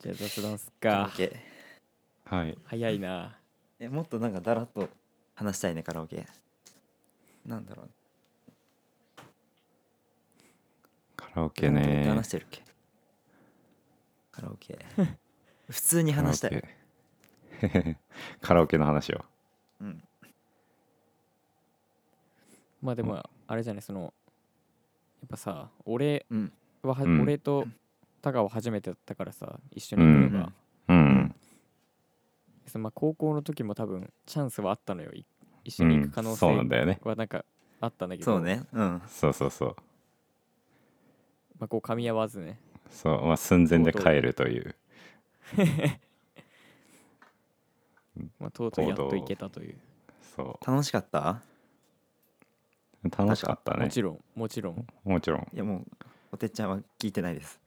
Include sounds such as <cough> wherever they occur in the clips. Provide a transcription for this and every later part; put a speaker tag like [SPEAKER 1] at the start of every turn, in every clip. [SPEAKER 1] じゃあ雑談すっか
[SPEAKER 2] カラオケ
[SPEAKER 3] はい
[SPEAKER 1] 早いな
[SPEAKER 2] えもっとなんかだらっと話したいねカラオケなんだろう
[SPEAKER 3] カラオ
[SPEAKER 2] カ
[SPEAKER 3] ケ
[SPEAKER 2] ラオ
[SPEAKER 3] ね
[SPEAKER 2] ケ話してるっけカラオケ <laughs> 普通に話したい、
[SPEAKER 3] カラオケ <laughs> カラオケの話を
[SPEAKER 2] うん、
[SPEAKER 1] まあでもあれじゃないそのやっぱさ俺
[SPEAKER 2] うん
[SPEAKER 1] はは、
[SPEAKER 3] うん
[SPEAKER 1] 俺とタカは初めてだったからさ一緒に行くのが、
[SPEAKER 2] うん
[SPEAKER 3] うん
[SPEAKER 1] そのまあ高校の時も多分チャンスはあったのよい一
[SPEAKER 3] う
[SPEAKER 1] 緒に
[SPEAKER 3] ん
[SPEAKER 1] 行く可能
[SPEAKER 3] そうなん
[SPEAKER 1] 性
[SPEAKER 3] だよね
[SPEAKER 1] はなんかあったんだけど、
[SPEAKER 2] そうねうん
[SPEAKER 3] そうそうそう
[SPEAKER 1] まあこう噛み合わずね
[SPEAKER 3] そう、まあ、寸前で帰るという
[SPEAKER 1] まあ、とうとうやっと
[SPEAKER 3] 行動
[SPEAKER 1] 行けたという、
[SPEAKER 3] そ
[SPEAKER 2] 楽しかった
[SPEAKER 3] う楽しかったね
[SPEAKER 1] もちろんもちろん
[SPEAKER 3] もちろん
[SPEAKER 2] いやもうおてっちゃんは聞いてないです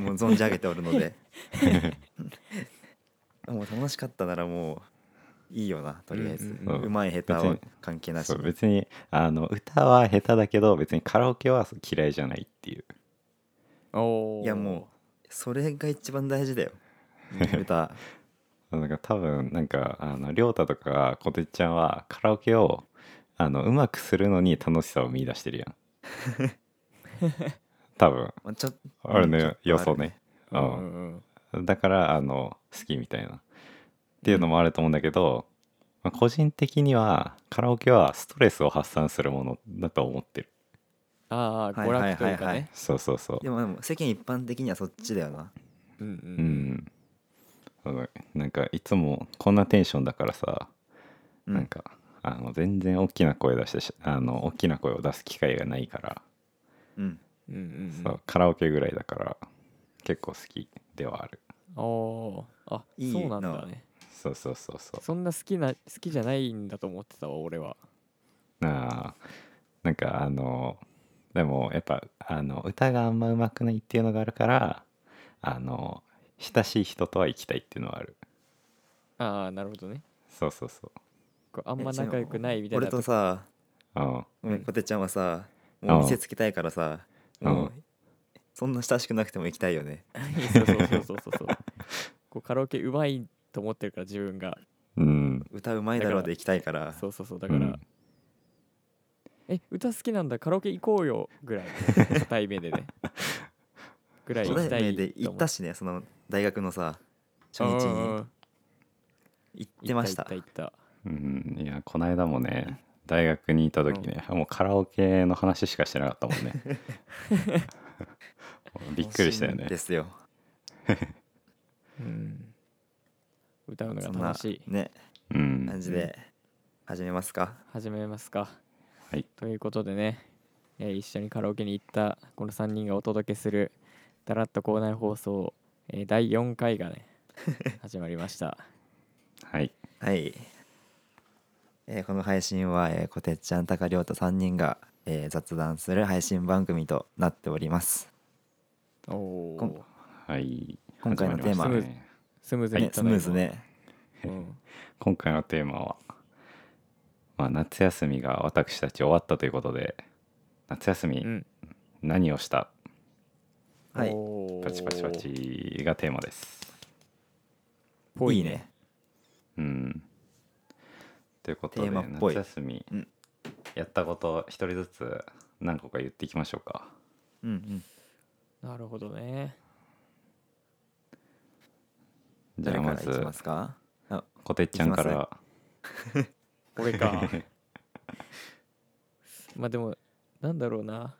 [SPEAKER 2] もう存じ上げておるのでもう楽しかったならもういいよなとりあえ
[SPEAKER 1] う
[SPEAKER 2] ず、うん
[SPEAKER 1] うん
[SPEAKER 3] うん
[SPEAKER 2] まい下手は関係なし
[SPEAKER 3] そう別にあの歌は下手だけど別にカラオケは嫌いじゃないっていう
[SPEAKER 1] おお
[SPEAKER 2] いやもそれが一番大事だよ歌
[SPEAKER 3] なんか多分なんかあの亮太とかこてっちゃんはカラオケをあのうまくするのに楽しさを見出してるやん多分
[SPEAKER 2] まあちょっ
[SPEAKER 3] あれ
[SPEAKER 2] ちょっ
[SPEAKER 3] ね
[SPEAKER 2] と
[SPEAKER 3] 予想ね
[SPEAKER 1] う
[SPEAKER 3] う
[SPEAKER 1] うんんうん
[SPEAKER 3] だからあの好きみたいなっていうのもあると思うんだけど、まあ個人的にはカラオケはストレスを発散するものだと思ってる
[SPEAKER 1] ああ
[SPEAKER 2] はい
[SPEAKER 1] 娯楽という
[SPEAKER 2] は
[SPEAKER 1] か
[SPEAKER 2] いはいはい
[SPEAKER 1] ね
[SPEAKER 3] そうそうそう
[SPEAKER 2] でもでも世間一般的にはそっちだよな
[SPEAKER 1] うんう
[SPEAKER 3] うんんうんなんかいつもこんなテンションだからさ、
[SPEAKER 2] うん
[SPEAKER 3] なんかあの全然大きな声出してしあの大きな声を出す機会がないから、
[SPEAKER 2] うん
[SPEAKER 1] うんうん
[SPEAKER 3] そうカラオケぐらいだから結構好きではある
[SPEAKER 1] うんおーあ
[SPEAKER 2] いい
[SPEAKER 1] そうなんだ
[SPEAKER 2] な
[SPEAKER 1] ね
[SPEAKER 3] そうそうそうそう
[SPEAKER 1] そんな好きな好きじゃないんだと思ってたわ俺は
[SPEAKER 3] あーなんかあのでもやっぱあの歌があんま上手くないっていうのがあるからあの親しい人とは行きたいっていうのはある
[SPEAKER 1] ああなるほどね
[SPEAKER 3] そうそうそう
[SPEAKER 1] こうあん
[SPEAKER 2] え
[SPEAKER 1] ま
[SPEAKER 2] ちなみに
[SPEAKER 1] 仲良くないみたいな
[SPEAKER 2] 俺とさ
[SPEAKER 3] あ
[SPEAKER 2] ごめ
[SPEAKER 1] うん
[SPEAKER 2] んこてっちゃんはさもう見せつけたいからさ
[SPEAKER 3] うん
[SPEAKER 2] もうそんな親しくなくても行きたいよね
[SPEAKER 1] そうそうそうそう <laughs> そうそうこうカラオケうまいと思ってるから自分が
[SPEAKER 3] うん
[SPEAKER 2] 歌うまいだろうで行きたいから
[SPEAKER 1] そうそうそうだから、
[SPEAKER 3] うん
[SPEAKER 1] え歌好きなんだカラオケ行こうよぐらい初対面でねぐらい行き
[SPEAKER 2] 初
[SPEAKER 1] た
[SPEAKER 2] 対
[SPEAKER 1] い
[SPEAKER 2] 面で行った
[SPEAKER 1] し
[SPEAKER 2] しねその大学のさ初日に行ってました
[SPEAKER 1] 行った行った
[SPEAKER 3] うんいやこの間もね大学にいた時ね、もうカラオケの話しかしてなかったもん
[SPEAKER 2] <laughs>
[SPEAKER 3] ねもうびっくりしたよ
[SPEAKER 2] 楽しいん
[SPEAKER 3] ね
[SPEAKER 2] ですよ
[SPEAKER 1] うん歌うの
[SPEAKER 2] そん
[SPEAKER 1] が
[SPEAKER 2] な
[SPEAKER 1] 楽しい
[SPEAKER 2] ね
[SPEAKER 3] うん
[SPEAKER 2] 感じで始めますか
[SPEAKER 1] 始めますか
[SPEAKER 3] はい
[SPEAKER 1] ということでね、えー一緒にカラオケに行ったこの3人がお届けするだらっと校内放送、えー第4回がね始まりました
[SPEAKER 3] はい
[SPEAKER 2] はい、えーこの配信は、えー、こてっちゃんたかりょうた3人が、えー雑談する配信番組となっております
[SPEAKER 1] おお
[SPEAKER 2] こん
[SPEAKER 1] ー
[SPEAKER 3] はい
[SPEAKER 2] 今回のテーマ
[SPEAKER 3] 始まりましたね
[SPEAKER 1] スムーズにい
[SPEAKER 2] ね
[SPEAKER 1] っ
[SPEAKER 2] ス
[SPEAKER 1] たな
[SPEAKER 2] ムーズ、ね
[SPEAKER 1] 今うん
[SPEAKER 3] 今回のテーマは、まあ、夏休みが私たち終わったということで夏休
[SPEAKER 1] う
[SPEAKER 3] み
[SPEAKER 1] ん
[SPEAKER 3] 何をした、
[SPEAKER 2] はい
[SPEAKER 1] おー
[SPEAKER 3] パチパチパチがテーマです。
[SPEAKER 1] ぽ
[SPEAKER 2] い
[SPEAKER 1] い
[SPEAKER 2] い
[SPEAKER 1] ね
[SPEAKER 2] ね
[SPEAKER 3] うん、ということ
[SPEAKER 2] テ
[SPEAKER 3] で
[SPEAKER 2] ーマっぽい
[SPEAKER 3] 夏休み
[SPEAKER 2] うん
[SPEAKER 3] やったこと一人ずつ何個か言っていきましょうか。
[SPEAKER 2] うんうん
[SPEAKER 1] なるほどね
[SPEAKER 3] じゃあ
[SPEAKER 2] 誰
[SPEAKER 3] ま
[SPEAKER 2] からいき
[SPEAKER 3] ず
[SPEAKER 2] ますかあ
[SPEAKER 3] こてっちゃんか
[SPEAKER 2] いき
[SPEAKER 3] ら
[SPEAKER 1] 俺かまあでもなんだろうな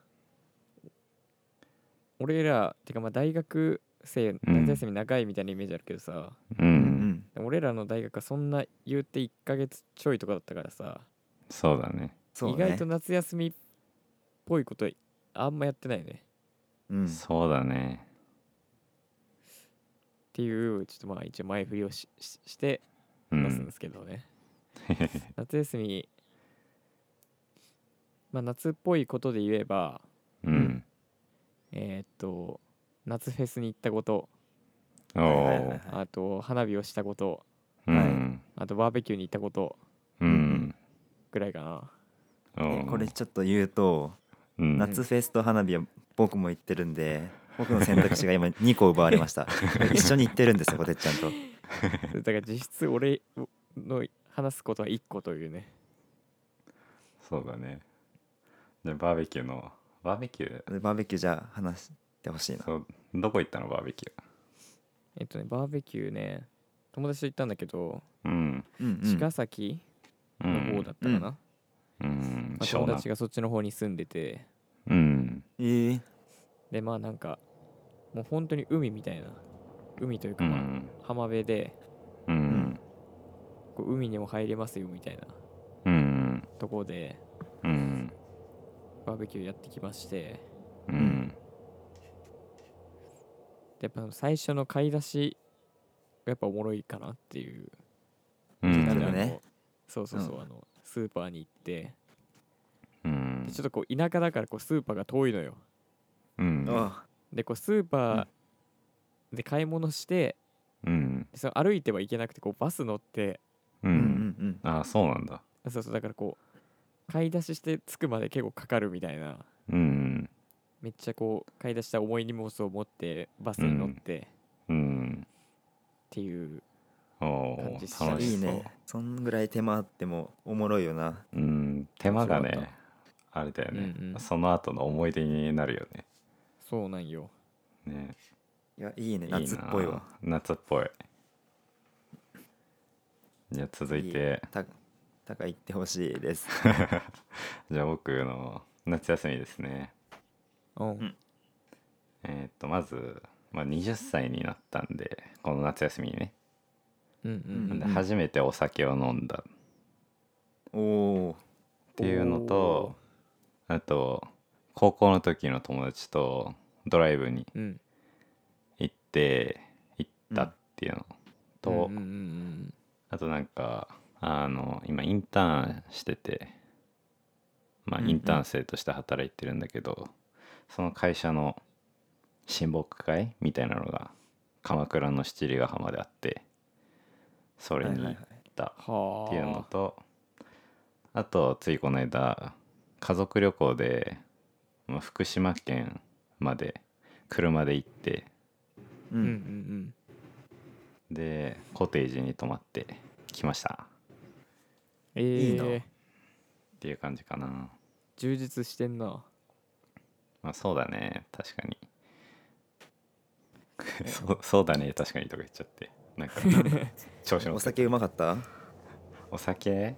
[SPEAKER 1] 俺らてかまあ大学生
[SPEAKER 3] うん
[SPEAKER 1] 夏休み長いみたいなイメージあるけどさ、
[SPEAKER 3] う
[SPEAKER 2] うんん
[SPEAKER 1] でも俺らの大学はそんな言うて1ヶ月ちょいとかだったからさ、
[SPEAKER 3] そうだね、
[SPEAKER 2] そう
[SPEAKER 1] 意外
[SPEAKER 2] ね
[SPEAKER 1] と夏休みっぽいことあんまやってないね
[SPEAKER 2] うん
[SPEAKER 3] そうだね
[SPEAKER 1] っていうちょっとまあ一応前振りをししして
[SPEAKER 3] う
[SPEAKER 1] 話すん
[SPEAKER 3] ん
[SPEAKER 1] ですけど
[SPEAKER 2] <laughs>
[SPEAKER 1] ね、夏休みまあ夏っぽいことで言えば
[SPEAKER 3] うん
[SPEAKER 1] えーっと夏フェスに行ったこと
[SPEAKER 3] お
[SPEAKER 2] はいはいは
[SPEAKER 3] お
[SPEAKER 2] い
[SPEAKER 1] あと花火をしたこと
[SPEAKER 3] う
[SPEAKER 2] はい
[SPEAKER 3] ん
[SPEAKER 1] あとバーベキューに行ったこと
[SPEAKER 3] うん
[SPEAKER 1] ぐらいか
[SPEAKER 2] <laughs>
[SPEAKER 1] な
[SPEAKER 3] お
[SPEAKER 2] で
[SPEAKER 3] ー
[SPEAKER 2] これちょっと言うと
[SPEAKER 3] うん
[SPEAKER 2] 夏フェスと花火は僕も行ってるんで僕の選択肢が今2個奪われました一緒に行ってるんですよこてっちゃんと
[SPEAKER 1] だから実質俺の話すことは1個というね
[SPEAKER 3] そうだねでバーベキューのバーベキュー
[SPEAKER 2] でバーベキューじゃあ話してほしいな
[SPEAKER 3] そうどこ行ったのバーベキュ
[SPEAKER 1] えっとねバーベキューね友達と行ったんだけど
[SPEAKER 3] ーうん
[SPEAKER 2] うんうん
[SPEAKER 1] 茅ヶ崎
[SPEAKER 3] う
[SPEAKER 1] の方
[SPEAKER 3] ん
[SPEAKER 1] だったかな、
[SPEAKER 2] うん
[SPEAKER 1] ま
[SPEAKER 3] うん
[SPEAKER 1] あ
[SPEAKER 3] 湘
[SPEAKER 1] 友達
[SPEAKER 3] 南
[SPEAKER 1] がそっちの方に住んでて
[SPEAKER 3] うん
[SPEAKER 2] えー
[SPEAKER 1] でまあなんかもう本当に海みたいな海という
[SPEAKER 3] う
[SPEAKER 1] かまあ
[SPEAKER 3] ん
[SPEAKER 1] 浜辺で
[SPEAKER 3] うん
[SPEAKER 1] こう海にも入れますよみたいな
[SPEAKER 3] うん
[SPEAKER 1] ところで
[SPEAKER 3] うん
[SPEAKER 1] バーベキューやってきまして
[SPEAKER 3] うん
[SPEAKER 1] でやっぱ最初の買い出しがやっぱおもろいかなっていう
[SPEAKER 3] うん
[SPEAKER 2] なるほ
[SPEAKER 1] あ
[SPEAKER 2] ど
[SPEAKER 1] の
[SPEAKER 2] ね
[SPEAKER 1] そうそうそう、
[SPEAKER 2] うん
[SPEAKER 1] あのスーパーに行って
[SPEAKER 3] うん
[SPEAKER 1] でちょっとこう田舎だからこうスーパーが遠いのよ
[SPEAKER 3] うん
[SPEAKER 2] あ
[SPEAKER 1] でこうスーパーで買い物して、
[SPEAKER 3] うん
[SPEAKER 1] でその歩いてはいけなくてこうバス乗って
[SPEAKER 3] う
[SPEAKER 2] うんうんん
[SPEAKER 3] ああそうなんだ
[SPEAKER 1] そうそうだからこう買い出しして着くまで結構かかるみたいな
[SPEAKER 3] うん
[SPEAKER 1] めっちゃこう買い出した重い荷物を持ってバスに乗ってっ
[SPEAKER 3] うん
[SPEAKER 1] ていう、
[SPEAKER 3] お
[SPEAKER 1] 感
[SPEAKER 3] お
[SPEAKER 1] じした
[SPEAKER 2] うん
[SPEAKER 3] 楽
[SPEAKER 2] いい
[SPEAKER 3] しそう
[SPEAKER 2] ねそんぐらい手間あってもおもろいよな
[SPEAKER 3] うん手間が
[SPEAKER 1] そうだっ
[SPEAKER 3] ねあれだよね、
[SPEAKER 1] うんうん
[SPEAKER 3] その後の思い出になるよね
[SPEAKER 1] そうなんよ
[SPEAKER 3] ね
[SPEAKER 2] いやいいね
[SPEAKER 3] いな
[SPEAKER 2] 夏っぽいわ
[SPEAKER 3] 夏っぽいじゃあ続いて
[SPEAKER 2] た高行ってほしいです
[SPEAKER 3] <laughs> じゃあ僕の夏休みですね
[SPEAKER 1] うん、
[SPEAKER 2] ん
[SPEAKER 3] えーっとまず、まあ、20歳になったんでこの夏休みにね
[SPEAKER 1] うんうん
[SPEAKER 3] なんで
[SPEAKER 2] うん
[SPEAKER 3] 初めてお酒を飲んだっ
[SPEAKER 2] おお
[SPEAKER 3] ていうのとあと高校の時の友達とドライブに
[SPEAKER 1] うん
[SPEAKER 3] 行って行ったっていうのと、
[SPEAKER 1] うんうんうん
[SPEAKER 3] あとなんかあの今インターンしててまあ
[SPEAKER 2] うんうん
[SPEAKER 3] インターン生として働いてるんだけど、その会社の親睦会みたいなのが鎌倉の七里ヶ浜であってそれに行った
[SPEAKER 1] はあ
[SPEAKER 3] っていうのと、あとついこの間家族旅行でまあ福島県まで車で行って
[SPEAKER 2] う
[SPEAKER 1] うんうんうんん
[SPEAKER 3] でコテージに泊まってきました
[SPEAKER 1] えー、
[SPEAKER 2] いいな
[SPEAKER 3] っていう感じかな。
[SPEAKER 1] 充実してんな
[SPEAKER 3] まあそうだね確かにそうそうだね確かにとか言っちゃってなんか調子乗
[SPEAKER 2] お
[SPEAKER 3] って
[SPEAKER 2] 酒うまかった
[SPEAKER 3] お酒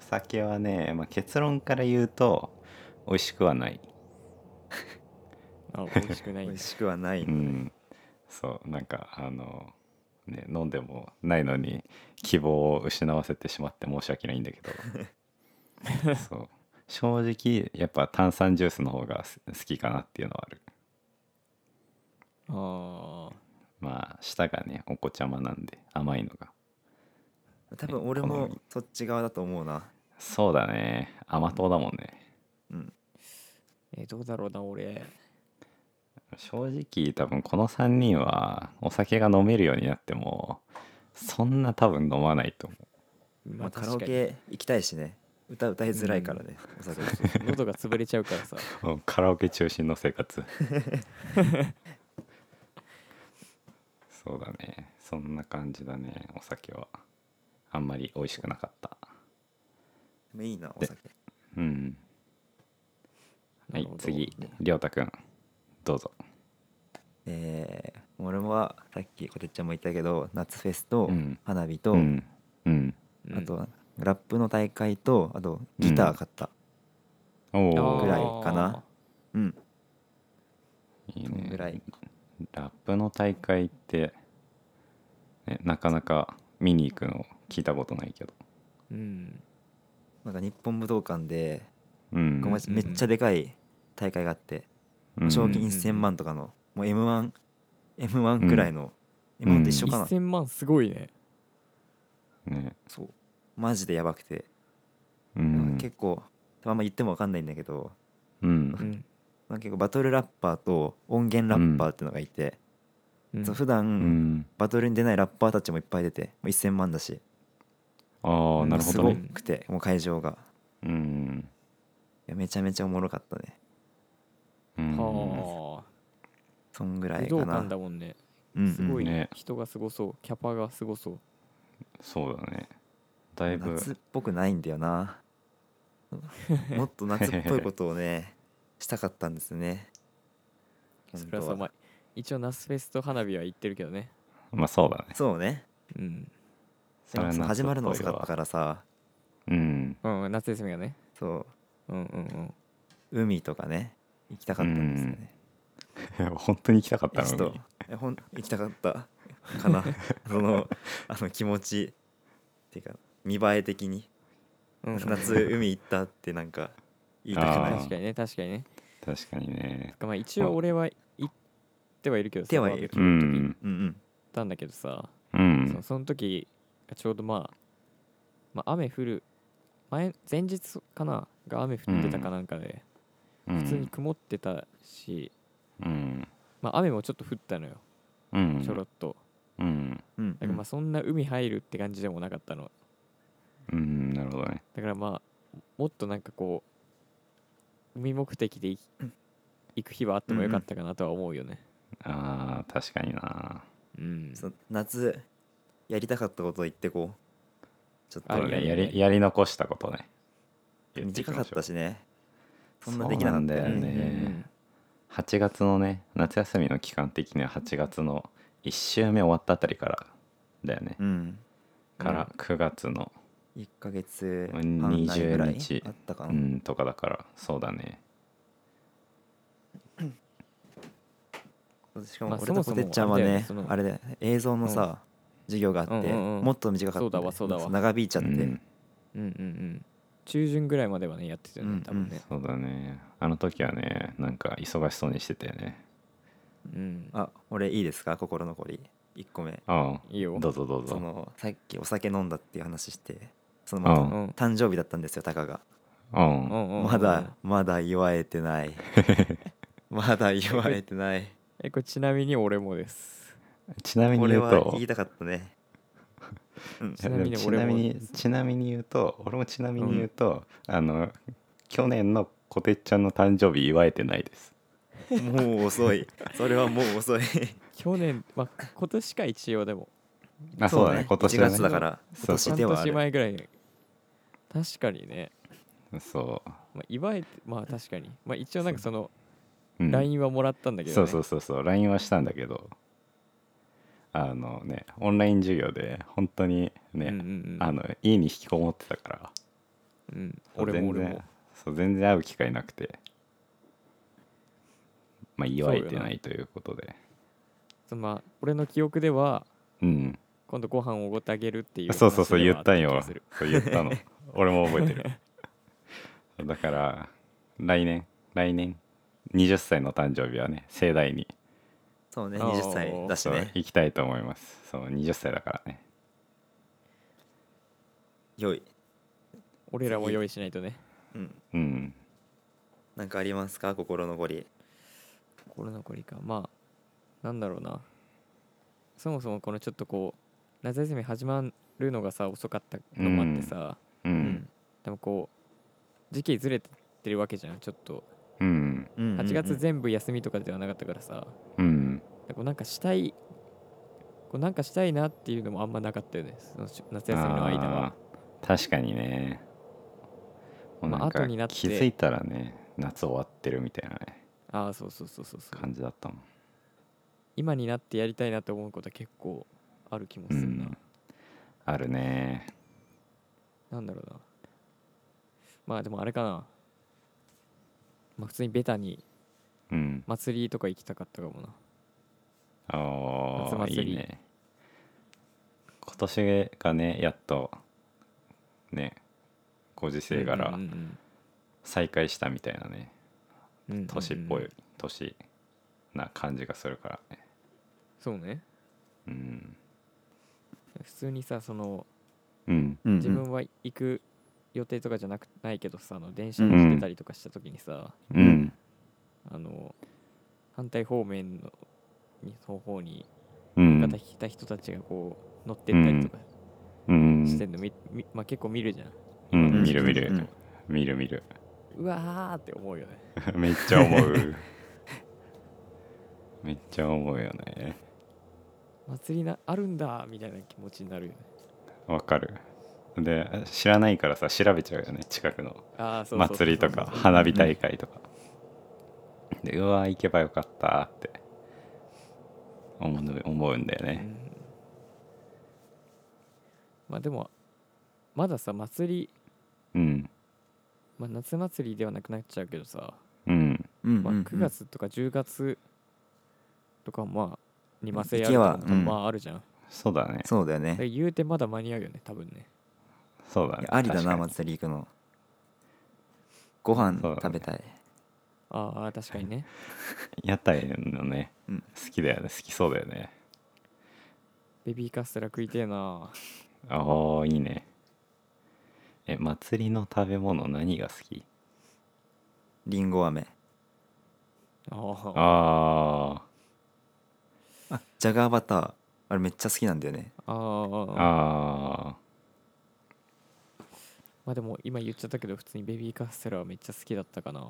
[SPEAKER 3] お酒はね、まあ、結論から言うと美味しくはない
[SPEAKER 1] あ美味しくな
[SPEAKER 2] <laughs> 美
[SPEAKER 1] い
[SPEAKER 2] 味しくはないうのね
[SPEAKER 3] んそうなんかあのね飲んでもないのに希望を失わせてしまって申し訳ないんだけどそう正直やっぱ炭酸ジュースの方が好きかなっていうのはある
[SPEAKER 1] ああ
[SPEAKER 3] まあ舌がねお子ちゃまなんで甘いのが
[SPEAKER 2] 多分俺
[SPEAKER 3] 好
[SPEAKER 2] も
[SPEAKER 3] み
[SPEAKER 2] そっち側だと思うな
[SPEAKER 3] そうだね甘党だもんね
[SPEAKER 2] うん
[SPEAKER 1] えーどうだろうな俺
[SPEAKER 3] 正直多分この3人はお酒が飲めるようになってもそんな多分飲まないと思
[SPEAKER 2] まあカ
[SPEAKER 1] 確
[SPEAKER 2] ラオ
[SPEAKER 1] かに
[SPEAKER 2] ケ行きたいしね歌歌いづらいからねお酒
[SPEAKER 1] 喉が潰れちゃうからさ
[SPEAKER 3] う <laughs> うんカラオケ中心の
[SPEAKER 2] <laughs>
[SPEAKER 3] 生活そうだねそんな感じだねお酒はあんまり美味しくなかった
[SPEAKER 2] でもいいなお酒
[SPEAKER 3] うん
[SPEAKER 1] な
[SPEAKER 3] は
[SPEAKER 1] る
[SPEAKER 3] い
[SPEAKER 1] ほど
[SPEAKER 3] 次りょうたくんどうぞ
[SPEAKER 2] えー俺はさっきこてっちゃんも言ったけど夏フェスと
[SPEAKER 3] うん
[SPEAKER 2] 花火と、
[SPEAKER 3] んうん
[SPEAKER 1] うん
[SPEAKER 2] あとラップの大会とあとギター買った、
[SPEAKER 3] お
[SPEAKER 1] あー
[SPEAKER 3] お
[SPEAKER 2] ぐらいかなうん
[SPEAKER 3] いい
[SPEAKER 2] そん
[SPEAKER 3] ね
[SPEAKER 2] ぐらい
[SPEAKER 3] ラップの大会って、ね、なかなか見に行くの聞いたことないけど、
[SPEAKER 1] うん
[SPEAKER 2] なんか日本武道館で、
[SPEAKER 3] うん
[SPEAKER 2] こうまじめっちゃでかい大会があって、
[SPEAKER 3] うん
[SPEAKER 2] 賞
[SPEAKER 1] うん
[SPEAKER 2] 金1000万とかのもう m 1 m 1くらいの、
[SPEAKER 3] うん
[SPEAKER 2] m 1と一緒かな、
[SPEAKER 1] 1000万すごいね
[SPEAKER 3] ね
[SPEAKER 2] そうマジでやばくて、
[SPEAKER 3] う
[SPEAKER 2] なん
[SPEAKER 3] ん
[SPEAKER 2] か結構あんま言っても分かんないんだけど
[SPEAKER 3] うん
[SPEAKER 1] うん
[SPEAKER 2] なんか結構バトルラッパーと音源ラッパーっていうのがいて、
[SPEAKER 1] うん
[SPEAKER 2] そう普段、
[SPEAKER 3] うん
[SPEAKER 2] バトルに出ないラッパーたちもいっぱい出てもう1000万だし
[SPEAKER 3] ああなるほどね
[SPEAKER 2] すごくてもう会場が
[SPEAKER 3] うん
[SPEAKER 2] いやめちゃめちゃおもろかったね
[SPEAKER 3] うん
[SPEAKER 1] はあ
[SPEAKER 2] そんぐら
[SPEAKER 1] 武
[SPEAKER 2] いか
[SPEAKER 1] 道
[SPEAKER 2] な
[SPEAKER 1] 館だもんね
[SPEAKER 2] うんうん
[SPEAKER 1] すごい
[SPEAKER 3] ね
[SPEAKER 1] 人がすごそうキャパがすごそう
[SPEAKER 3] そうだねだいぶ
[SPEAKER 2] 夏っぽくないんだよ
[SPEAKER 3] <laughs>
[SPEAKER 2] なもっと夏っぽいことをねしたかったんですね
[SPEAKER 1] それは
[SPEAKER 2] 本当
[SPEAKER 1] そ
[SPEAKER 2] は
[SPEAKER 1] うまあ一応ナスフェスと花火は行ってるけどね
[SPEAKER 3] まあそうだね
[SPEAKER 2] そうね
[SPEAKER 1] うん、
[SPEAKER 3] そ
[SPEAKER 2] で
[SPEAKER 3] れ
[SPEAKER 2] も
[SPEAKER 3] は
[SPEAKER 2] その始
[SPEAKER 3] 夏っぽ
[SPEAKER 2] ま
[SPEAKER 3] いわ
[SPEAKER 2] るの遅かったからさ
[SPEAKER 3] うん <laughs>
[SPEAKER 1] うん、夏休みがね
[SPEAKER 2] そ
[SPEAKER 1] うんうん
[SPEAKER 2] う海とかね行きたかったんですよね
[SPEAKER 3] いや本当に行きたかっ
[SPEAKER 2] え
[SPEAKER 3] た
[SPEAKER 2] ちょっ
[SPEAKER 3] の
[SPEAKER 2] と
[SPEAKER 3] に
[SPEAKER 2] えほん行きたかったか
[SPEAKER 3] <laughs>
[SPEAKER 2] なそのあの気持ちっていうか見栄え的に
[SPEAKER 1] うんうん
[SPEAKER 2] 夏海行ったってなんか言いたく
[SPEAKER 3] あ
[SPEAKER 2] ない
[SPEAKER 3] ー
[SPEAKER 1] 確かにね確かにね
[SPEAKER 3] 確かにね
[SPEAKER 1] まあ一応俺は行ってはいるけどさ
[SPEAKER 2] 行ってはいる
[SPEAKER 1] バ
[SPEAKER 3] う
[SPEAKER 1] ーベキューの時行っ
[SPEAKER 3] ん
[SPEAKER 2] うん
[SPEAKER 1] たんだけどさ、
[SPEAKER 3] う
[SPEAKER 1] その
[SPEAKER 3] ん
[SPEAKER 1] その時がちょうどまあ、まあ、雨降る前前日かなが雨降ってたかなんかで、
[SPEAKER 3] うん
[SPEAKER 1] 普通に曇ってたし、
[SPEAKER 3] うん
[SPEAKER 1] まあ、雨もちょっと降ったのよ
[SPEAKER 3] うん
[SPEAKER 1] ちょろっと、
[SPEAKER 3] うん
[SPEAKER 2] うんうん
[SPEAKER 1] だからまあそんな海入るって感じでもなかったの
[SPEAKER 3] うんなるほどね
[SPEAKER 1] だからまあもっとなんかこう海目的でい行く日はあってもよかったかなとは思うよね
[SPEAKER 3] あー確かにな
[SPEAKER 1] うん
[SPEAKER 2] その夏やりたかったことを言ってこうちょっ
[SPEAKER 1] あ
[SPEAKER 2] と
[SPEAKER 3] そう
[SPEAKER 1] りがとう
[SPEAKER 3] ね
[SPEAKER 1] ね
[SPEAKER 3] やりやり残したことね言ていき
[SPEAKER 2] 短
[SPEAKER 3] ま
[SPEAKER 2] かっ
[SPEAKER 3] しょう
[SPEAKER 2] たしねそんなできなかったよ
[SPEAKER 3] そうなんだよ
[SPEAKER 2] ね
[SPEAKER 3] ね8月のね夏休みの期間的には8月の1週目終わったあたりからだよね、
[SPEAKER 2] うん
[SPEAKER 3] から9月の
[SPEAKER 2] 1ヶ月
[SPEAKER 3] うん
[SPEAKER 2] 半ないぐらい
[SPEAKER 3] 20日
[SPEAKER 2] あったかな
[SPEAKER 3] う
[SPEAKER 2] ん
[SPEAKER 3] とかだからそうだね
[SPEAKER 2] しかも
[SPEAKER 1] まあそ
[SPEAKER 2] 俺とこ
[SPEAKER 1] もそも
[SPEAKER 2] てっちゃんは
[SPEAKER 1] あれだよね
[SPEAKER 2] ね
[SPEAKER 1] その
[SPEAKER 2] あれで映像のさ授業があって
[SPEAKER 1] うんうんうん
[SPEAKER 2] もっと短かったんだよ
[SPEAKER 1] そうだわそうだわ
[SPEAKER 2] 長引いちゃって
[SPEAKER 3] うん
[SPEAKER 1] うんうんうん中旬ぐらいまではねやってたよ
[SPEAKER 2] う
[SPEAKER 1] ね
[SPEAKER 2] ん
[SPEAKER 1] 多分ね
[SPEAKER 3] そうだねあの時はねなんか忙しそうにしてたよね
[SPEAKER 1] うん
[SPEAKER 2] あ俺いいですか心残り1個目
[SPEAKER 3] ああ
[SPEAKER 1] いいよ
[SPEAKER 3] どうぞどう
[SPEAKER 2] そ
[SPEAKER 3] ぞ
[SPEAKER 2] のさっきお酒飲んだっていう話してその
[SPEAKER 3] う
[SPEAKER 2] ま
[SPEAKER 3] ん
[SPEAKER 1] うん
[SPEAKER 2] た誕生日だったんですよタカが
[SPEAKER 3] うん
[SPEAKER 1] うんうんうん
[SPEAKER 2] <laughs> まだまだ祝えて
[SPEAKER 3] <laughs>
[SPEAKER 2] ないまだ祝えてない
[SPEAKER 1] えこれちなみに俺もです
[SPEAKER 3] ちなみに
[SPEAKER 2] 俺
[SPEAKER 3] 言う
[SPEAKER 2] は
[SPEAKER 3] と
[SPEAKER 2] 言いたかったね
[SPEAKER 3] いやで
[SPEAKER 1] ちな
[SPEAKER 3] もちな
[SPEAKER 1] み
[SPEAKER 3] み
[SPEAKER 1] に俺
[SPEAKER 3] に
[SPEAKER 1] も
[SPEAKER 3] ちなみに言うと俺もちなみに言うと、あの去年のこてっちゃんの誕生日祝えてないです
[SPEAKER 2] もう遅いそれはもう遅い
[SPEAKER 1] 去年まあ今年か一応でも
[SPEAKER 3] あそうだね今年
[SPEAKER 2] 1
[SPEAKER 3] は
[SPEAKER 2] 月だから今
[SPEAKER 3] そう
[SPEAKER 2] 年
[SPEAKER 3] そ
[SPEAKER 1] 半
[SPEAKER 2] ではあ
[SPEAKER 1] 年
[SPEAKER 2] る
[SPEAKER 1] 前ぐらいに確かにね、
[SPEAKER 3] ねそう
[SPEAKER 1] まあ、祝えてまあ確かにまあ一応なんかその
[SPEAKER 3] うん
[SPEAKER 1] LINE はもらったんだけど、ね
[SPEAKER 3] そうそうそうそう LINE はしたんだけどあのねオンライン授業で本当にね、
[SPEAKER 1] うんうんうん
[SPEAKER 3] あの家に引きこもってたから
[SPEAKER 1] うん、
[SPEAKER 3] そう
[SPEAKER 1] 俺も俺
[SPEAKER 3] 全
[SPEAKER 1] も
[SPEAKER 3] 然そう全然会う機会なくてまあ祝え
[SPEAKER 1] そう
[SPEAKER 3] て
[SPEAKER 1] よな
[SPEAKER 3] ないということで
[SPEAKER 1] そのまあ俺の記憶では
[SPEAKER 3] うん
[SPEAKER 1] 今度ご飯をおごってあげるっていう
[SPEAKER 3] そうそうそう
[SPEAKER 1] 話で
[SPEAKER 3] 言
[SPEAKER 1] はあ
[SPEAKER 3] ったん
[SPEAKER 1] 気
[SPEAKER 3] よ
[SPEAKER 1] がする
[SPEAKER 3] そう
[SPEAKER 1] <laughs>
[SPEAKER 3] 言ったの俺も覚えてるだから来年来年20歳の誕生日はね盛大に
[SPEAKER 2] そうね
[SPEAKER 1] あー
[SPEAKER 2] 20歳だし
[SPEAKER 3] そう
[SPEAKER 2] ね
[SPEAKER 3] 行きたいと思いますそう20歳だからね
[SPEAKER 2] 良い
[SPEAKER 1] 俺らも用意しないとね
[SPEAKER 2] うん
[SPEAKER 3] うん
[SPEAKER 2] なんかありますか心残り
[SPEAKER 1] 心残りかまあなんだろうなそもそもこのちょっとこう夏休み始まるのがさ遅かったのもあってさ、
[SPEAKER 3] う
[SPEAKER 2] うん
[SPEAKER 1] でもこう時期ずれてるわけじゃんちょっと
[SPEAKER 3] うん
[SPEAKER 1] 8
[SPEAKER 2] 8
[SPEAKER 1] 月全部休みとかではなかったからさ、
[SPEAKER 3] うん
[SPEAKER 1] でこうなんかしたいこうなんかしたいなっていうのもあんまなかったよねその夏休みの間は
[SPEAKER 3] あー確かにねもう
[SPEAKER 1] まあ
[SPEAKER 3] なんか
[SPEAKER 1] 後になって
[SPEAKER 3] 気づいたらね夏終わってるみたいなね
[SPEAKER 1] ああそうそうそうそうそう
[SPEAKER 3] 感じだったもん
[SPEAKER 1] 今になってやりたいなって思うことは結構ある気も
[SPEAKER 3] う
[SPEAKER 1] するな、
[SPEAKER 3] んあるね
[SPEAKER 1] なんだろうなまあでもあれかなまあ普通にベタに
[SPEAKER 3] うん
[SPEAKER 1] 祭りとか行きたかったかもな
[SPEAKER 3] ああ
[SPEAKER 1] 夏祭り
[SPEAKER 3] いいね今年がねやっとねご時世から
[SPEAKER 1] うんうん
[SPEAKER 3] 再開したみたいなね、
[SPEAKER 1] うんうんうん
[SPEAKER 3] 年っぽい年な感じがするからね
[SPEAKER 1] そうね
[SPEAKER 3] うん
[SPEAKER 1] 普通にさその
[SPEAKER 3] うん
[SPEAKER 2] うん
[SPEAKER 1] 自分は行く予定とかじゃなくないけどさあの電車に乗ってたりとかした時にさ、
[SPEAKER 3] うん、
[SPEAKER 1] あの反対方面のにの方に
[SPEAKER 3] う
[SPEAKER 1] 方引
[SPEAKER 3] ん
[SPEAKER 1] いた人たちがこう乗ってったりとか
[SPEAKER 3] うん
[SPEAKER 1] してんのみ、みまあ、結構見るじゃん
[SPEAKER 3] うん見る見る、
[SPEAKER 2] うん
[SPEAKER 3] 見る見る <laughs>
[SPEAKER 1] うわーって思うよね
[SPEAKER 3] めっちゃ思う <laughs> めっちゃ思うよね
[SPEAKER 1] 祭りなあるんだみたいな気持ちになるよね
[SPEAKER 3] わかるで知らないからさ調べちゃうよね近くの
[SPEAKER 1] ああそうそうそうそう
[SPEAKER 3] 祭りとか花火大会とかでうわー行けばよかったって思う思うんだよ
[SPEAKER 1] う
[SPEAKER 3] ね
[SPEAKER 1] んまあでもまださ祭り、
[SPEAKER 3] うん
[SPEAKER 1] まあ、夏祭りではなくなっちゃうけどさ、
[SPEAKER 3] うん
[SPEAKER 2] うん
[SPEAKER 1] まあ、
[SPEAKER 2] うんうん
[SPEAKER 1] 9月とか10月とかまあに祭りあ
[SPEAKER 2] 行け
[SPEAKER 1] るの
[SPEAKER 2] ば
[SPEAKER 1] と
[SPEAKER 2] うん
[SPEAKER 1] まああるじゃん、
[SPEAKER 3] そうだね
[SPEAKER 2] そうだよね
[SPEAKER 1] で言うてまだ間に合うよね多分ね
[SPEAKER 3] そうだ
[SPEAKER 2] い
[SPEAKER 3] ね
[SPEAKER 2] やありだ
[SPEAKER 3] 確か
[SPEAKER 2] な
[SPEAKER 3] に
[SPEAKER 2] 祭り行くのご飯
[SPEAKER 3] そうだね
[SPEAKER 2] 食べたい
[SPEAKER 1] ああ確かにね
[SPEAKER 3] 屋台のね、
[SPEAKER 2] うん
[SPEAKER 3] 好きだよね好きそうだよね
[SPEAKER 1] ベビーカステラ食いてえな
[SPEAKER 3] ああいいねえ祭りの食べ物何が好き
[SPEAKER 2] りんご飴
[SPEAKER 1] ああ
[SPEAKER 3] あ
[SPEAKER 2] あジャガーバターあれめっちゃ好きなんだよね
[SPEAKER 1] あ
[SPEAKER 3] ー
[SPEAKER 1] あ
[SPEAKER 3] あ
[SPEAKER 1] まあでも今言っちゃったけど普通にベビーカステラはめっちゃ好きだったかな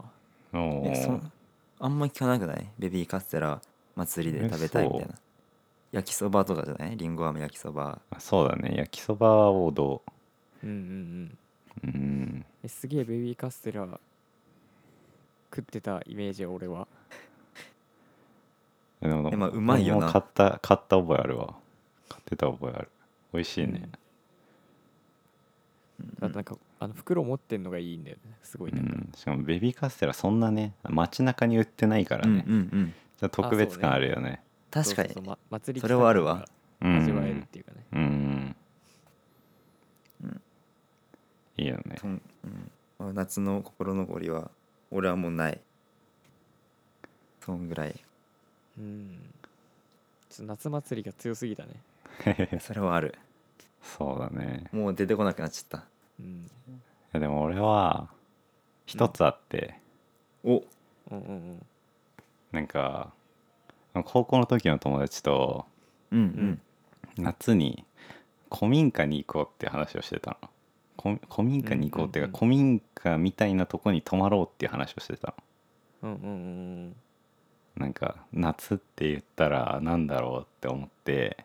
[SPEAKER 3] ーお
[SPEAKER 2] えそ
[SPEAKER 3] ー
[SPEAKER 2] んあんま聞かなくないベビーカステラ祭りで食べたいみたい
[SPEAKER 3] え
[SPEAKER 2] な焼きそばとかじゃないりんご飴焼きそば
[SPEAKER 3] あそうだね焼きそばは王道
[SPEAKER 1] うんうんうん
[SPEAKER 3] うん
[SPEAKER 1] えすげえベビーカステラ食ってたイメージ俺は
[SPEAKER 3] でも
[SPEAKER 2] えまあうまいよな
[SPEAKER 3] 俺も買った買った覚えあるわ買ってた覚えある美味しいね
[SPEAKER 1] あとなんか、あの袋持ってんのがいいんだよねすごい
[SPEAKER 3] うん、
[SPEAKER 1] なんか、
[SPEAKER 3] しかもベビーカステラそんなね街中に売ってないから
[SPEAKER 2] うんうん
[SPEAKER 3] ね、
[SPEAKER 2] うん
[SPEAKER 3] じゃあ特別感あるよね
[SPEAKER 2] 確かに
[SPEAKER 1] そうそうそうま祭り
[SPEAKER 2] それはあるわ
[SPEAKER 3] う
[SPEAKER 1] 期
[SPEAKER 3] ん
[SPEAKER 1] 間が味わえるっていうかね、
[SPEAKER 3] うん、
[SPEAKER 2] うん
[SPEAKER 3] いいよね
[SPEAKER 2] とんうん夏の心残りは俺はもうないそんぐらい
[SPEAKER 1] うんちょっと夏祭りが強すぎたね、
[SPEAKER 2] それはある
[SPEAKER 3] <laughs> そうだね
[SPEAKER 2] もう出てこなくなっちゃった
[SPEAKER 1] うん、
[SPEAKER 3] いやでも俺は一つあって、
[SPEAKER 2] お
[SPEAKER 1] うんうんうん
[SPEAKER 3] なんか高校の時の友達と
[SPEAKER 2] うんうん
[SPEAKER 3] 夏に古民家に行こうって話をしてたのこ古民家に行こうっていうか、
[SPEAKER 1] うんうん
[SPEAKER 3] 古民家みたいなとこに泊まろうっていう話をしてた
[SPEAKER 1] うんうんうん
[SPEAKER 3] のなんか夏って言ったらなんだろうって思って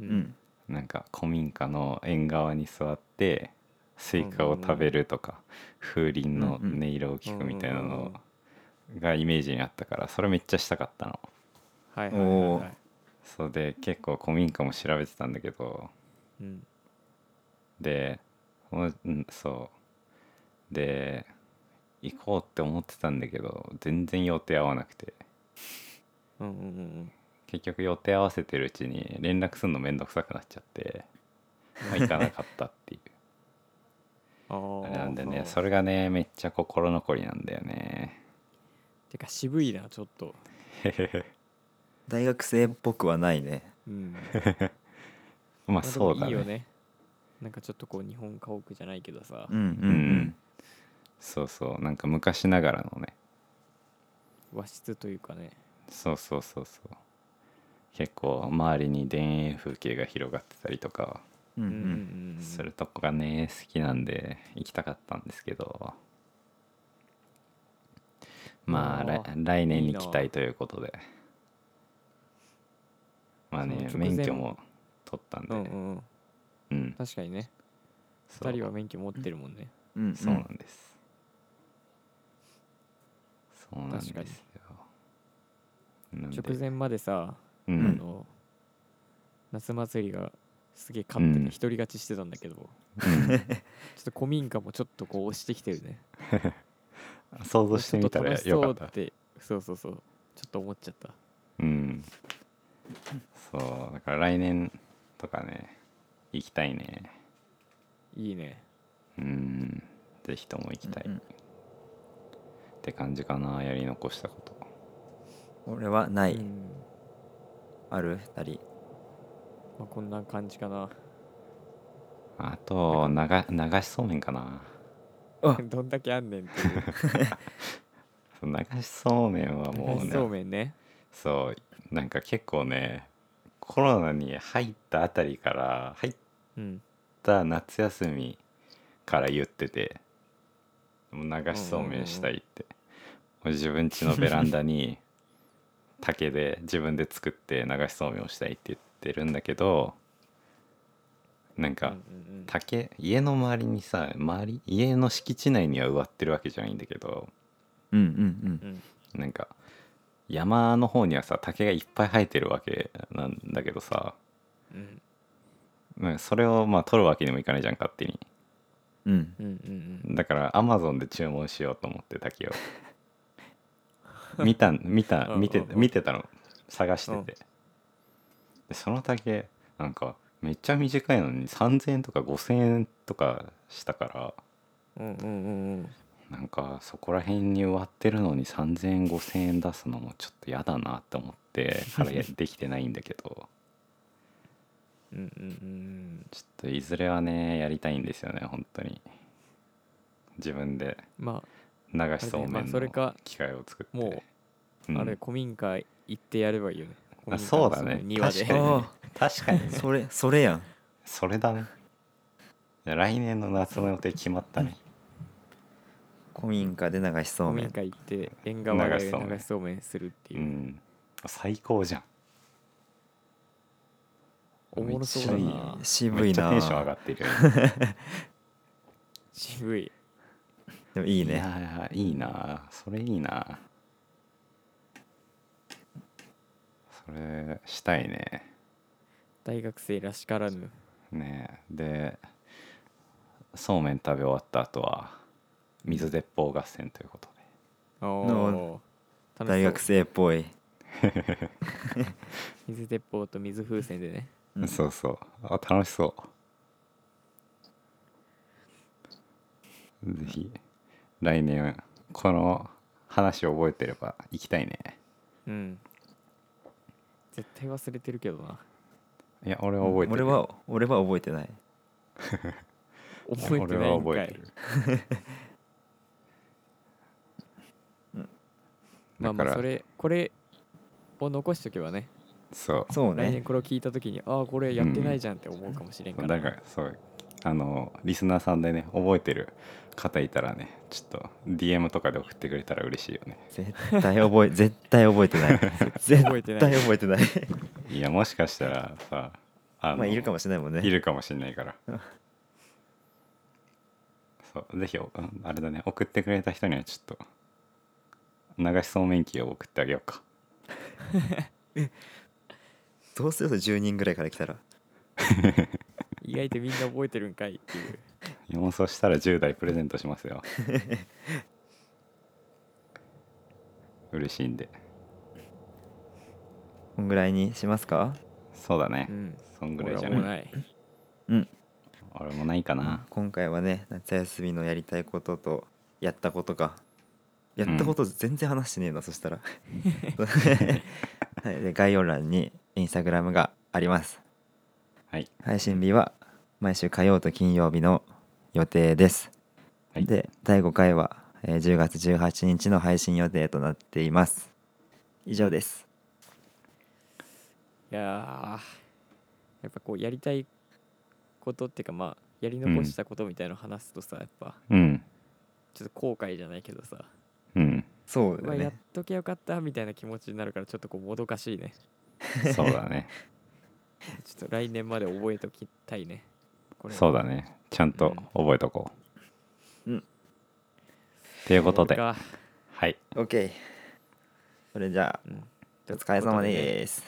[SPEAKER 1] う
[SPEAKER 2] うんん
[SPEAKER 3] なんか古民家の縁側に座ってスイカを食べるとか、風鈴の音色を聞くみたいなのがイメージにあったからそれめっちゃしたかったの。
[SPEAKER 1] はいはいはい
[SPEAKER 2] お
[SPEAKER 1] は
[SPEAKER 2] ー
[SPEAKER 1] い
[SPEAKER 3] そうで結構古民家も調べてたんだけど
[SPEAKER 1] うん
[SPEAKER 3] でおうんそうで行こうって思ってたんだけど全然予定合わなくて
[SPEAKER 1] うんうんうん
[SPEAKER 3] 結局予定合わせてるうちに連絡するの面倒くさくなっちゃって、まあ行かなかったっていう
[SPEAKER 1] うん <laughs>
[SPEAKER 3] あ
[SPEAKER 1] あ
[SPEAKER 3] れなんでね
[SPEAKER 1] ー
[SPEAKER 3] それがねめっちゃ心残りなんだよね
[SPEAKER 1] てか渋いなちょっと
[SPEAKER 2] 大学生っぽくはないね
[SPEAKER 3] <laughs>
[SPEAKER 1] うん
[SPEAKER 3] まあ
[SPEAKER 1] まあで
[SPEAKER 3] そ
[SPEAKER 1] も
[SPEAKER 3] うだ
[SPEAKER 1] いいよ
[SPEAKER 3] ね
[SPEAKER 1] ねなんかちょっとこう日本家屋じゃないけどさ、
[SPEAKER 2] うん
[SPEAKER 3] う、
[SPEAKER 2] うんん
[SPEAKER 3] そうそうなんか昔ながらのね
[SPEAKER 1] 和室というかね
[SPEAKER 3] そうそうそうそう結構周りに田園風景が広がってたりとか
[SPEAKER 2] うんう
[SPEAKER 1] うん
[SPEAKER 2] うん
[SPEAKER 1] うん
[SPEAKER 3] するとこがね好きなんで行きたかったんですけどまあ
[SPEAKER 1] あ
[SPEAKER 3] 来
[SPEAKER 1] ー
[SPEAKER 3] 来年
[SPEAKER 1] いい
[SPEAKER 3] に
[SPEAKER 1] な
[SPEAKER 3] 期待ということでまあね
[SPEAKER 1] その直前
[SPEAKER 3] 免許も取ったんで
[SPEAKER 1] うんうんうん
[SPEAKER 3] うん
[SPEAKER 1] 確かにね
[SPEAKER 3] そう
[SPEAKER 1] 2人は免許持ってるもんね
[SPEAKER 2] うん
[SPEAKER 3] そうなんですそうなんです
[SPEAKER 1] 確か
[SPEAKER 3] よ
[SPEAKER 1] に
[SPEAKER 3] なんで
[SPEAKER 1] 直前までさ、
[SPEAKER 3] う
[SPEAKER 1] あ
[SPEAKER 3] ん
[SPEAKER 1] の夏祭りがすげえ勝って
[SPEAKER 3] うん
[SPEAKER 1] て独り勝ちしてたんだけど、 <laughs> ちょっと古民家もちょっとこう押してきてるね
[SPEAKER 3] うん想像してみたら
[SPEAKER 1] ちょ
[SPEAKER 3] よか
[SPEAKER 1] っと
[SPEAKER 3] っ
[SPEAKER 1] 楽し
[SPEAKER 3] た
[SPEAKER 1] そうってそうそうそうちょっと思っちゃった
[SPEAKER 3] うん。そう、だから来年とかね、行きたいね。
[SPEAKER 1] いいね
[SPEAKER 3] うん。ぜひとも行きたい。
[SPEAKER 2] うんうん
[SPEAKER 3] って感じかな、やり残したこと。
[SPEAKER 2] 俺はな
[SPEAKER 1] う
[SPEAKER 2] い
[SPEAKER 1] ん
[SPEAKER 2] ある二人
[SPEAKER 1] まあ、こんな感じかな <laughs>
[SPEAKER 3] あと、流流しそうめんかな。
[SPEAKER 2] あ
[SPEAKER 1] どんだけあんねんっていう
[SPEAKER 3] そう流しそうめんはも
[SPEAKER 1] 流
[SPEAKER 3] う
[SPEAKER 1] し
[SPEAKER 3] ね、
[SPEAKER 1] そうめんね
[SPEAKER 3] そう、なんか結構ね、コロナに入ったあたりから、入っ
[SPEAKER 1] うん
[SPEAKER 3] た夏休みから言っててもう流しそうめんしたいって、もう自分家のベランダに竹で自分で作って流しそうめんをしたいって言ってるんだけどなん
[SPEAKER 2] う
[SPEAKER 3] か、
[SPEAKER 2] んうん
[SPEAKER 3] 竹家の周りにさ周り家の敷地内には植わってるわけじゃないんだけど
[SPEAKER 2] うんうん
[SPEAKER 1] うん
[SPEAKER 3] なんか山の方にはさ竹がいっぱい生えてるわけなんだけどさ
[SPEAKER 1] うん
[SPEAKER 3] なんかそれをまあ取るわけにもいかないじゃん勝手に
[SPEAKER 2] うんう
[SPEAKER 1] う
[SPEAKER 2] ん
[SPEAKER 1] んうん
[SPEAKER 3] だからアマゾンで注文しようと思って竹を
[SPEAKER 1] <laughs>
[SPEAKER 3] 見た見た見て
[SPEAKER 1] うんうんうん
[SPEAKER 3] 見てたの探しててでその竹なんかめっちゃ短いのに3,000円とか5,000円とかしたから
[SPEAKER 1] うんうんうんうん
[SPEAKER 3] なんかそこら辺に植わってるのに3,000円5,000円出すのもちょっと嫌だなって思って腹やできてないんだけど
[SPEAKER 1] う
[SPEAKER 3] <laughs>
[SPEAKER 1] んうんうん
[SPEAKER 3] ちょっといずれはねやりたいんですよね本当に自分で
[SPEAKER 1] ま
[SPEAKER 3] 流しそう
[SPEAKER 1] ま
[SPEAKER 3] め
[SPEAKER 1] あ
[SPEAKER 3] ん
[SPEAKER 1] それ
[SPEAKER 3] の
[SPEAKER 1] か
[SPEAKER 3] 機械を作って
[SPEAKER 1] も
[SPEAKER 3] う
[SPEAKER 1] あ
[SPEAKER 3] ん
[SPEAKER 1] あれ古民家行ってやればいいよね
[SPEAKER 3] あそうだね
[SPEAKER 1] 古民家のその庭
[SPEAKER 3] 確
[SPEAKER 1] <laughs>
[SPEAKER 3] かに
[SPEAKER 1] で
[SPEAKER 2] あ
[SPEAKER 3] <laughs>
[SPEAKER 2] あ
[SPEAKER 3] 確かにね
[SPEAKER 2] それそれやん
[SPEAKER 3] それだねいや来年の夏の予定決まったね
[SPEAKER 2] 古民家で流しそう
[SPEAKER 1] 古
[SPEAKER 2] め
[SPEAKER 1] 民
[SPEAKER 2] ん
[SPEAKER 1] 家行って縁側で
[SPEAKER 3] 流しそうめん
[SPEAKER 1] 流しそうめんするって
[SPEAKER 3] う
[SPEAKER 1] いうん
[SPEAKER 3] 最高じゃん
[SPEAKER 1] おもろそうだ
[SPEAKER 3] めっちゃいい
[SPEAKER 1] な
[SPEAKER 2] 渋
[SPEAKER 3] め
[SPEAKER 2] い
[SPEAKER 3] っちゃ
[SPEAKER 2] な
[SPEAKER 3] テンション上がってるよね
[SPEAKER 1] 渋い
[SPEAKER 2] でもいい
[SPEAKER 3] い
[SPEAKER 2] ね
[SPEAKER 3] やーいいなーそれいいなそれしたいね
[SPEAKER 1] 大学生らしからぬ
[SPEAKER 3] ねえでそうめん食べ終わった後は水鉄砲合戦ということ
[SPEAKER 1] おー楽しそう
[SPEAKER 2] 大学生っぽい
[SPEAKER 1] 水鉄砲と水風船でね
[SPEAKER 3] で、そうそうあ楽しそうぜひ来年この話を覚えてれば行きたいね
[SPEAKER 1] うん絶対忘れてるけどない
[SPEAKER 3] や俺は覚えて
[SPEAKER 2] 俺
[SPEAKER 3] る
[SPEAKER 2] は俺は覚えてない
[SPEAKER 1] 覚えてな
[SPEAKER 3] 俺はい
[SPEAKER 1] ん
[SPEAKER 3] 覚
[SPEAKER 1] か
[SPEAKER 3] え
[SPEAKER 1] い
[SPEAKER 3] てる
[SPEAKER 1] まあ
[SPEAKER 3] だ
[SPEAKER 1] ま
[SPEAKER 3] か
[SPEAKER 1] あ
[SPEAKER 3] ら
[SPEAKER 1] それこれを残しとけばね
[SPEAKER 3] そう
[SPEAKER 2] そう
[SPEAKER 1] 来年
[SPEAKER 2] ね
[SPEAKER 1] これを聞いた時にああこれやってないじゃんって思うかもしれんから
[SPEAKER 3] だからそうあのリスナーさんでね覚えてる方いたらねちょっと DM とかで送ってくれたら嬉しいよね
[SPEAKER 2] 絶対覚え <laughs> 絶対覚えてない絶
[SPEAKER 1] 覚えてない
[SPEAKER 2] 対覚えてない
[SPEAKER 3] いやもしかしたらさあの
[SPEAKER 2] まあいるかもしれないもんね
[SPEAKER 3] いるかもしんないからそうぜひおうんあれだね送ってくれた人にはちょっと流しそうめん機を送ってあげようか
[SPEAKER 2] どうすると10人ぐらいから来たら
[SPEAKER 1] 意外とみんな覚えてるんかいっていう
[SPEAKER 3] 妄想したら10代プレゼントしますよ嬉しいんで
[SPEAKER 2] こんぐらいにしますか
[SPEAKER 3] そうだね、
[SPEAKER 1] うん
[SPEAKER 3] そんぐら
[SPEAKER 1] 俺
[SPEAKER 3] いじ
[SPEAKER 1] は
[SPEAKER 3] ゃ
[SPEAKER 1] もう
[SPEAKER 3] な
[SPEAKER 1] な
[SPEAKER 3] い
[SPEAKER 1] い
[SPEAKER 2] うん
[SPEAKER 3] 俺もないかな、
[SPEAKER 2] 今回はね夏休みのやりたいこととやったことかやったこと全然話してねえな、そしたら、 <laughs> はい、で概要欄にインスタグラムがあります
[SPEAKER 3] はい
[SPEAKER 2] 配信日は毎週火曜と金曜日の予定です、
[SPEAKER 3] はい
[SPEAKER 2] で第5回はえー10月18日の配信予定となっています以上です
[SPEAKER 1] いやーやっぱこうやりたいことっていうかまあやり残したことみたいなの話すとさ、やっぱ
[SPEAKER 3] うん
[SPEAKER 1] ちょっと後悔じゃないけどさ、
[SPEAKER 3] うん
[SPEAKER 2] そう
[SPEAKER 1] う
[SPEAKER 2] だ
[SPEAKER 1] わやっ
[SPEAKER 2] ね
[SPEAKER 1] ときゃよかったみたいな気持ちになるからちょっとこうもどかしいね
[SPEAKER 3] そうだ <laughs> ね
[SPEAKER 1] ちょっと来年まで覚えときたいねこれは
[SPEAKER 3] そうだねちゃんと覚えとこう
[SPEAKER 2] う
[SPEAKER 3] うんということで
[SPEAKER 1] 終わるか
[SPEAKER 3] はい
[SPEAKER 2] OK それじゃ
[SPEAKER 1] うん
[SPEAKER 2] あお疲れ様です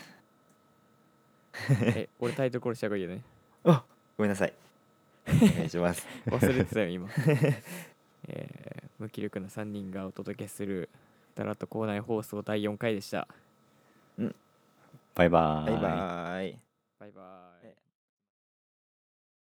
[SPEAKER 1] え俺タイトルコールした方がいいよ
[SPEAKER 2] <laughs>
[SPEAKER 1] ね
[SPEAKER 2] あごめんなさいお願いし <laughs> ます
[SPEAKER 1] 忘れてたよ今 <laughs> えー無気力な3人がお届けするだらっと校内放送第4回でした
[SPEAKER 3] バイバ
[SPEAKER 2] バイバーイ